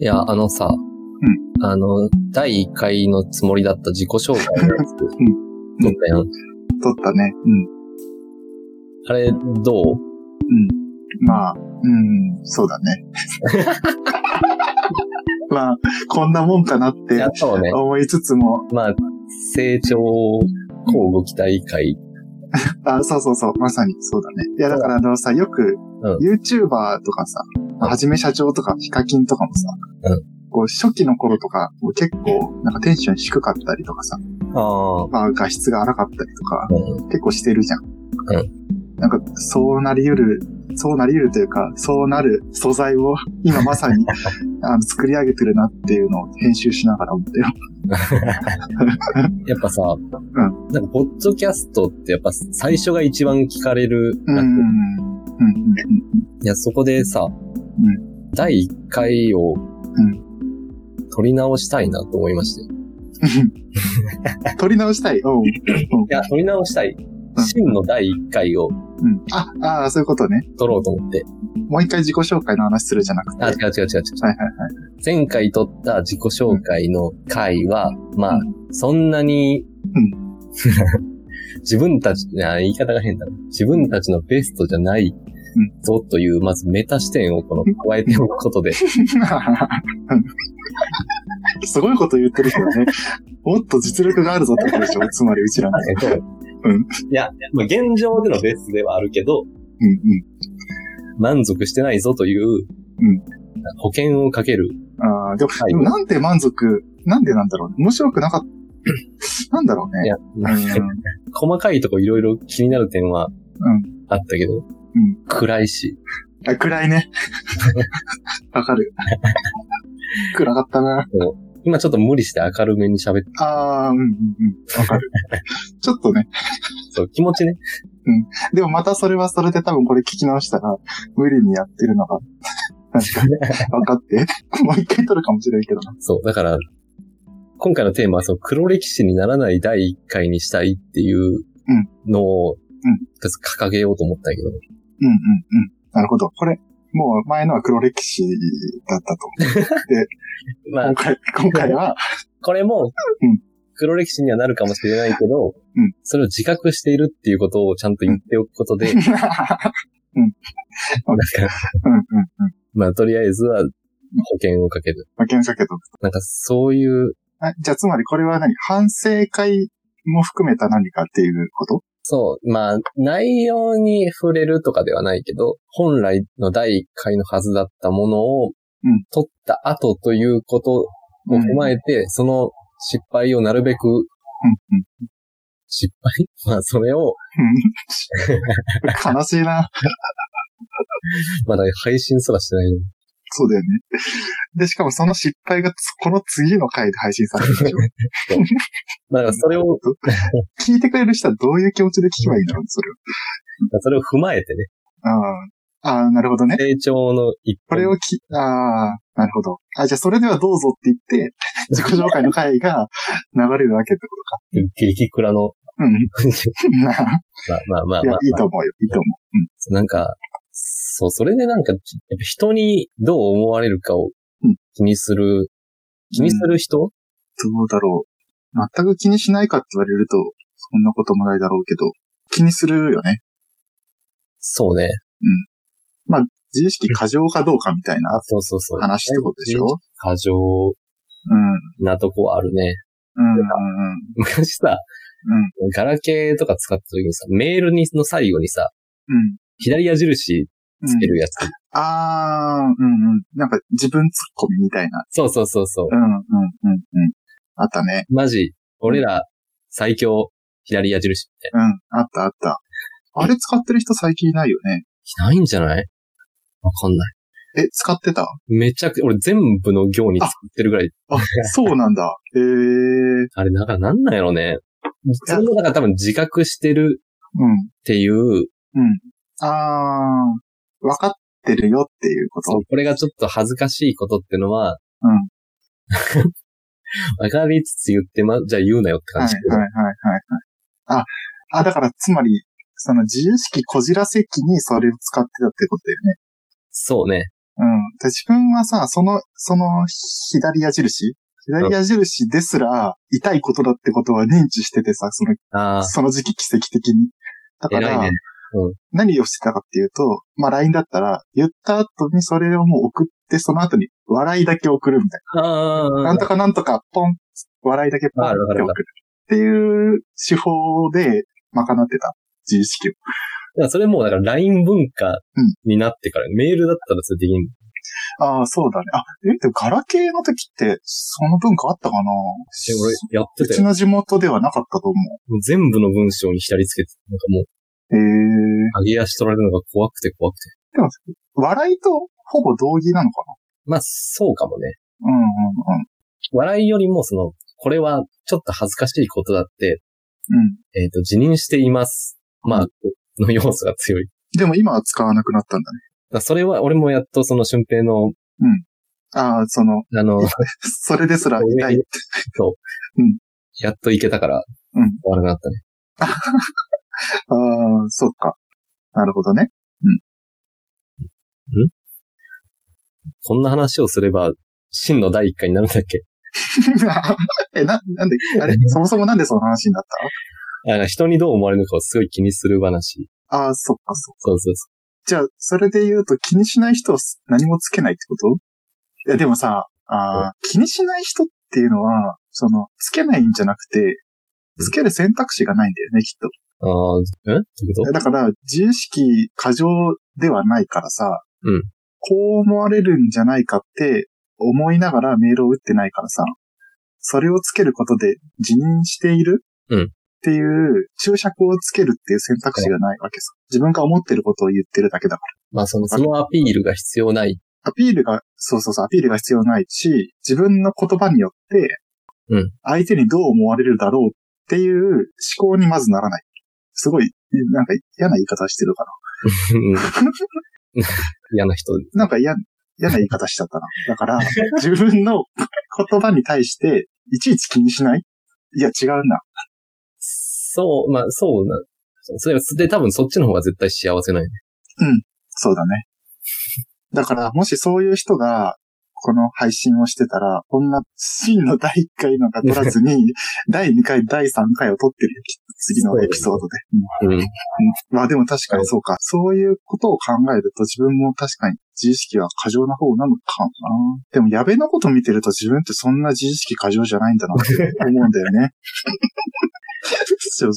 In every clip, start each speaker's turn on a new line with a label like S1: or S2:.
S1: いや、あのさ、あの、第1回のつもりだった自己紹介のやつ、撮ったやん。
S2: 撮ったね。うん。
S1: あれ、どう
S2: まあ、うん、そうだね。 まあ、こんなもんかなっ
S1: や
S2: て
S1: ったわね。
S2: 思いつつも、
S1: まあ、成長をご期待会。
S2: あ、そうそうそう、まさにそうだね。いや、だからあのさ、よく
S1: うん、
S2: YouTuber とかさ、
S1: うん
S2: はじめ社長とか、ヒカキンとかもさ、
S1: う
S2: こう初期の頃とか、もう結構、なんかテンション低かったりとかさ、
S1: ああ。
S2: まあ画質が荒かったりとか、
S1: うん。
S2: 結構してるじゃん。
S1: う
S2: なんか、そうなり得る、そうなり得るというか、そうなる素材を今まさにあの作り上げてるなっていうのを編集しながら思ったよ。
S1: やっぱさ、
S2: ん
S1: なんか、ポッドキャストってやっぱ最初が一番聞かれる。
S2: うん。うん。うん。
S1: いや、そこでさ、
S2: ん
S1: 第1回を、
S2: ん
S1: 撮り直したいなと思いまして。い
S2: うん撮り直したい。おう
S1: や、撮り直したい。
S2: うん
S1: 真の第1回を
S2: うん。あ、ああ、そういうことね。
S1: 撮ろうと思って。
S2: もう一回自己紹介の話するじゃなくて。
S1: あ、
S2: は
S1: 違
S2: いう
S1: 違う違う違う。
S2: はい
S1: 前回撮った自己紹介の回は、まあ、
S2: う
S1: そんなに、
S2: う
S1: 自分たち、あ言い方が変だな。自分たちのベストじゃないぞという、まずメタ視点をこの加えておくこと で、
S2: はい。うんすごい こと言ってるけどね。もっと実力があるぞってことでしょ。つまり、うちらの。
S1: えっと
S2: うん
S1: いや、まあ、現状でのベストではあるけど、
S2: うんうん。
S1: 満足してないぞという、
S2: うん
S1: 保険をかける。
S2: ああ、でも、
S1: い
S2: でもなんで満足、なんでなんだろうね。面白くなか った。なんだろう
S1: い
S2: ね。
S1: や、
S2: うん
S1: 細かいとこいろいろ気になる点は
S2: うん。
S1: あったけど、
S2: ん
S1: 暗いし、
S2: あ暗 いね。わかる。暗かったな。
S1: 今ちょっと無理して明るめに喋って、
S2: ああ、うんうんうん。わかる。ちょっとね。
S1: そう気持ちね、
S2: でもまたそれはそれで多分これ聞き直したら、無理にやってるの が、なんか、わかって。もう一回撮るかもしれんけどな。
S1: そう、だから、今回のテーマは、その黒歴史にならない第一回にしたいっていうのを、
S2: うん
S1: とりあえず掲げようと思ったんやけど、
S2: うんうんうん。なるほど。これ、もう前のは黒歴史だったと。
S1: まあ
S2: 今、回、今回は、
S1: これも
S2: うん、
S1: 黒歴史にはなるかもしれないけど、
S2: うん
S1: それを自覚しているっていうことをちゃんと言っておくこと で、
S2: うんうんうん。
S1: まあ、とりあえずは保険をかける。
S2: まあ、検査けど。
S1: なんか、そういう、
S2: あじゃあ、つまりこれは何反省会も含めた何かっていうこと
S1: そう、まあ、内容に触れるとかではないけど、本来の第一回のはずだったものを
S2: うん、
S1: 取った後ということを踏まえて、その失敗をなるべく、
S2: うん、うん
S1: 失敗 まあ、それを、
S2: うん。悲しいな。
S1: まだ配信すらしてない。
S2: そうだよね。で、しかもその失敗がつこの次の回で配信されるでしょ。
S1: まあ、だからそれを、
S2: 聞いてくれる人はどういう気持ちで聞けばいいんだろうねそれ
S1: それを踏まえてね、
S2: を。ああー、なるほどね。
S1: 成長の一歩。
S2: これをき、ああ、なるほど。あ、じゃあそれではどうぞって言って、自己紹介の回が流れるわけってこ
S1: ギリキクラの、
S2: とか。うん。 な
S1: まあまあまあ
S2: いや
S1: まあ、、
S2: いいと思うよ。いいと思
S1: なんか、そう、それでなんか、やっぱ人にどう思われるかを
S2: うん
S1: 気にする、気にする人、
S2: う。どうだろう。全く気にしないかって言われると、そんなこともないだろうけど、気にするよね。
S1: そうね。
S2: 自意識過剰かどうかみたいな
S1: そうそうそう。
S2: 話ってことでしょ
S1: 過剰
S2: うん。
S1: なとこはあるね。
S2: うん。うん。
S1: 昔さ、ガラケーとか使った時にさ、メールにの最後にさ、
S2: うん。
S1: 左矢印
S2: う
S1: つけ
S2: ん。
S1: るやつ。
S2: あー、うんうん。なんか自分突っ込みみたいな。
S1: そうそうそう そう
S2: う。んうんうんうん。あったね。
S1: マジ、俺ら最強左矢印みたい
S2: うん。あったあった。あれ使ってる人最近いないよね。
S1: な。いないんじゃないわかんない。
S2: え、使ってた
S1: めちゃくちゃ、俺全部の行に使ってるぐらい。
S2: あ、そうなんだ。ええー。うん。
S1: あれ、なんかなんなんやろね。それもなんか多分自覚してるっていう、
S2: うん。あー、わかってるよっていうこ
S1: そ
S2: と
S1: う、。これがちょっと恥ずかしいことってのは、
S2: うん。
S1: わかりつつ言ってま、じゃあ言うなよって
S2: は
S1: 感
S2: いは
S1: じ
S2: い。はいはいはい。あ、あ、だからつまり、その自意識こじらせ期にそれを使ってたってことだよね。
S1: そうね。
S2: うん。で、自分はさ、その、その左矢印左矢印ですら、痛いことだってことは認知しててさ、その、
S1: ああ、
S2: その時期奇跡的に。だか
S1: 偉い
S2: ら、
S1: ね。
S2: 何をしてたかっていうと、まあ LINE だったら、言った後にそれをもう送って、その後に笑いだけ送るみたい
S1: ああ
S2: な。、なんとかなんとか、ポン、笑いだけポンって送る。っていう手法で賄ってた、自意識を。
S1: だからそれもうだから LINE 文化になってから、メールだったらそれできん。
S2: ああ、そうだね。あ、え、でもガラケーの時って、その文化あったか
S1: え
S2: な
S1: 俺やって
S2: う
S1: た
S2: ち
S1: よ。
S2: の地元ではなかったと思う。
S1: もう全部の文章に左つけて、なんかもう、
S2: ええ
S1: 上げ足取られるのが怖くて怖くて。
S2: 笑いとほぼ同義なのか
S1: まあ、そうかもね。
S2: なうんうんうん。
S1: 笑いよりもその、これはちょっと恥ずかしいことだって、
S2: うん。
S1: えっ、と、辞任しています。まあ、の要素が強い。だか
S2: でも今は使わなくなったんだね。
S1: らそれは、俺もやっとその、俊平の、
S2: ああ、その、
S1: あの、
S2: それですら痛い。
S1: そう。
S2: うん
S1: やっといけたから、
S2: うん
S1: 悪くなったね。
S2: ああ、そっか。なるほどね。
S1: こんな話をすれば、真の第一回になるんだっけ
S2: え、な、なんで、あ れ、そもそもなんでその話になっ
S1: あだから人にどう思われるのかをすごい気にする話。
S2: たああ、そっかそっか。
S1: そうそうそ
S2: じゃあ、それで言うと気にしない人を何もつけないってこといや、でもさ、ああ、気にしない人っていうのは、その、つけないんじゃなくて、つける選択肢がないんだよね、きっと。
S1: う。ああ、えってこと
S2: だから、自意識過剰ではないからさ、
S1: うん
S2: こう思われるんじゃないかって思いながらメールを打ってないからさ、それをつけることで辞任している
S1: うん
S2: っていう注釈をつけるっていう選択肢がないわけさ。自分が思ってることを言ってるだけだか
S1: まあ、その、そのアピールが必要ない。
S2: ら。アピールが、そうそうそう、アピールが必要ないし、自分の言葉によって
S1: うん、
S2: 相手にどう思われるだろうっていう思考にまずならない。すごい、なんか嫌な言い方してるかな
S1: うん 嫌な人。
S2: なんか嫌、嫌な言い方しちゃったな。だから、自分の言葉に対して、いちいち気にしないいや、違うな。
S1: そう、まあ、そうな。それは、で、多分そっちの方が絶対幸せない。
S2: そうだね。だから、もしそういう人が、この配信をしてたら、こんな真の第1回なんか取らず に、第2回、第3回を取ってるよ、きっと次のエピソードで。うん
S1: うん。
S2: まあでも確かにそうか。そういうことを考えると自分も確かに自意識は過剰な方なのかな。でも矢部のこと見てると自分ってそんな自意識過剰じゃないんだなって思うんだよ ね。正直。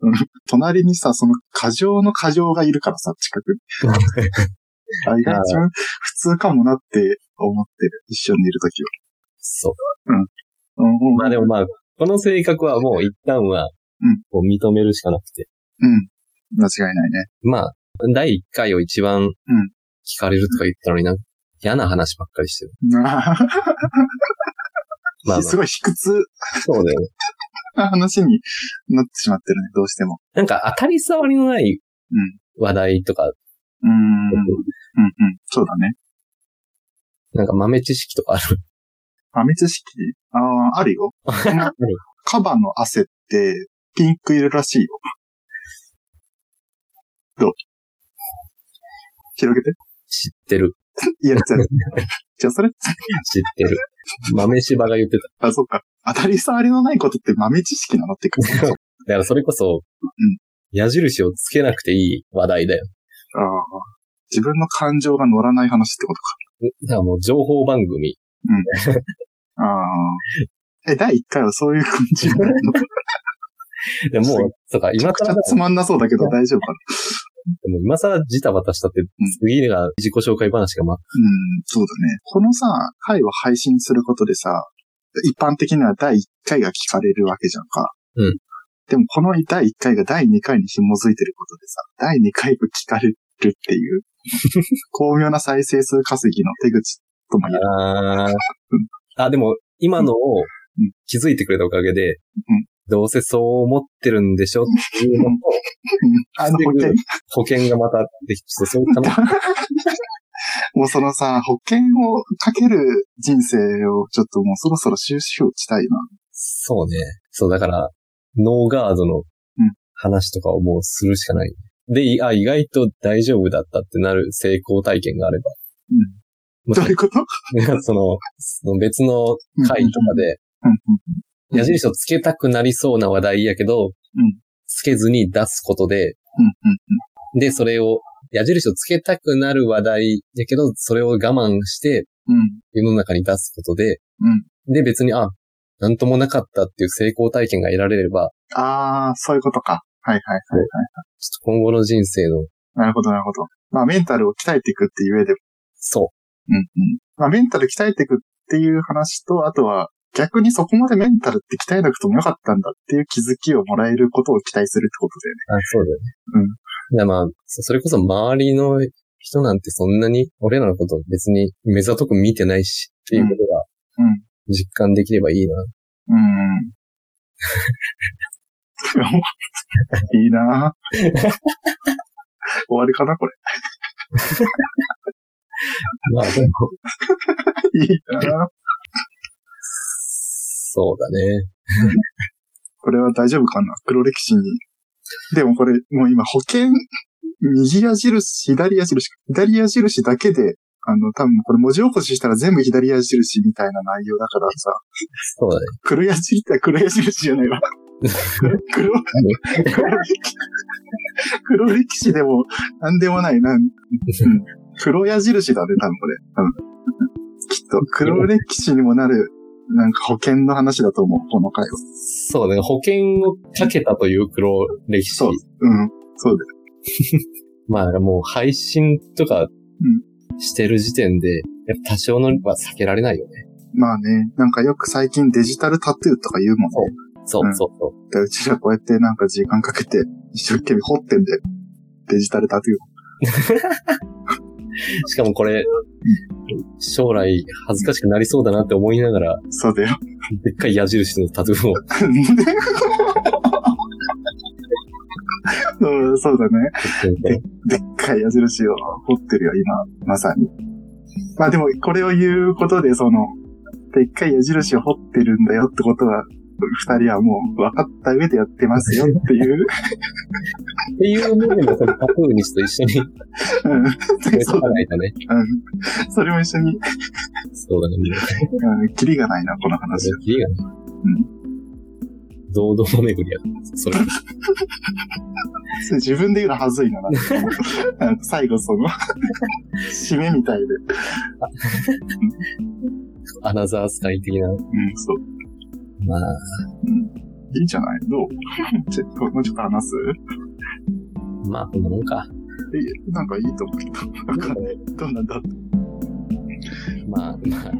S2: うん隣にさ、その過剰の過剰がいるからさ、近くに。あ、意外に自分普通かもなって思ってる。一緒にいるときは。
S1: そう。
S2: うんうん
S1: まあでもまあ、この性格はもう一旦は
S2: うん、
S1: もう認めるしかなくて。
S2: うん。間違いないね。
S1: まあ、第一回を一番
S2: ん
S1: 聞かれるとか言ったのになんか嫌な話ばっかりしてる。まあまあ
S2: すごい卑屈
S1: そうだよね。
S2: な話になってしまってるね、どうしても。
S1: なんか当たり障りのない
S2: うん
S1: 話題とか、
S2: うーん。うんうん。そうだね。
S1: なんか豆知識とかある。
S2: 豆知識、ああ、あるよ。カバの汗ってピンク色らしいよ。どう広げて。
S1: 知ってる。
S2: いや、じゃあじゃあそれ、
S1: 知ってる。豆柴が言って
S2: あ、そっか。当たり障りのないことって豆知識なのってか。
S1: た。だからそれこそ、
S2: ん
S1: 矢印をつけなくていい話題だよ。
S2: あー自分の感情が乗らない話ってことか。
S1: だからもう情報番組。
S2: ああ。え、第1回はそういう感じなの
S1: でもう、そうか、今
S2: ちょ
S1: 更
S2: っと、つまんなそうだけど大丈夫かな
S1: でも今更ジタバタしたって、次が自己紹介話がま、
S2: うん、そうだね。このさ、回を配信することでさ、一般的には第1回が聞かれるわけじゃんか。
S1: うん。
S2: でもこの第1回が第2回に紐づいてることでさ、第2回も聞かれるっていう、 巧妙な再生数稼ぎの手口とも言 える。
S1: あーあ、でも、今のを
S2: うん
S1: 気づいてくれたおかげで、
S2: ん
S1: どうせそう思ってるんでしょっていうの と、
S2: うんあの保険、
S1: 保険がまたできて、そういう楽し
S2: もうそのさ、保険をかける人生をちょっともうそろそろ収集したいな。
S1: そうね。そう、だから、ノーガードの
S2: うん
S1: 話とかをもうするしかない。で、いあ、意外と大丈夫だったってなる成功体験があれば、もし
S2: どういうこと
S1: なんかその、その別の会とかで、
S2: うんうんうん
S1: 矢印をつけたくなりそうな話題やけど、
S2: うん
S1: つけずに出すことで、
S2: うんうん
S1: で、それを、矢印をつけたくなる話題やけど、それを我慢して
S2: うんうん
S1: 世の中に出すことで、
S2: うん
S1: で、別に、あ、なんともなかったっていう成功体験が得られれば、
S2: ああ、そういうことか。はいはいはいはい。
S1: ちょっと今後の人生の、
S2: なるほどなるほど。まあメンタルを鍛えていくっていう上でも、
S1: そ
S2: うんうん。まあメンタル鍛えていくっていう話と、あとは逆にそこまでメンタルって鍛えなくてもよかったんだっていう気づきをもらえることを期待するってことだよね。
S1: う。あそうだよね。うん。だからまあ、そそれこそ周りの人なんてそんなに、俺らのこと別に目ざとく見てないし、っていうことが
S2: うんうん、
S1: 実感できればいいな。
S2: うん。 いいなぁ 終わりかなこれ。
S1: まあ、でも
S2: いいなぁ
S1: そうだね。
S2: これは大丈夫かな黒歴史に。でもこれ、もう今保険、右矢印、左矢印、左矢印だけで、あの、多分これ文字起こししたら全部左矢印みたいな内容だからさ、
S1: そうだね。
S2: 黒矢印って黒矢印じゃないわ。黒、黒歴史。黒歴史でも、なんでもない。なんうん黒矢印だね、多分これ。多分きっと、黒歴史にもなる、なんか保険の話だと思う、この回は。
S1: そうだね。保険をかけたという黒歴史。
S2: そううん。そうだよ。
S1: まあ、もう配信とかしてる時点で、やっぱ多少のは避けられないよね。
S2: まあね、なんかよく最近デジタルタトゥーとか言うもんね。
S1: そう
S2: うん
S1: そうそう。
S2: でうちらこうやってなんか時間かけて、一生懸命掘ってんだよ。デジタルタトゥーを。
S1: しかもこれ、将来恥ずかしくなりそうだなって思いながら、
S2: そうだよ。
S1: でっかい矢印のタトゥーを。
S2: うん、そうだね。
S1: 作ってみて
S2: でっかい矢印を掘ってるよ、今、まさに。まあでも、これを言うことで、その、でっかい矢印を掘ってるんだよってことは、二人はもう分かった上でやってますよっていう。
S1: っていう思いでもこのタトゥーにちょっと一緒に
S2: うん
S1: 詰め
S2: そ
S1: と
S2: う
S1: か
S2: だね。
S1: ないとね。
S2: うん。それも一緒に、
S1: そうだね。
S2: うん、キリがないな、この話は。
S1: いいやな。堂々巡りや。それ。
S2: それ自分で言うのはずいな、なんかなんか最後その、締めみたいで。
S1: アナザースカイ的な。
S2: うん、そう。
S1: まあ、
S2: いいんじゃないどうちょっと、もうちょっと話す
S1: まあ、こんなもんか。
S2: えなんかいいと思うけど。なんか、どうなんだ
S1: まあ、まあ。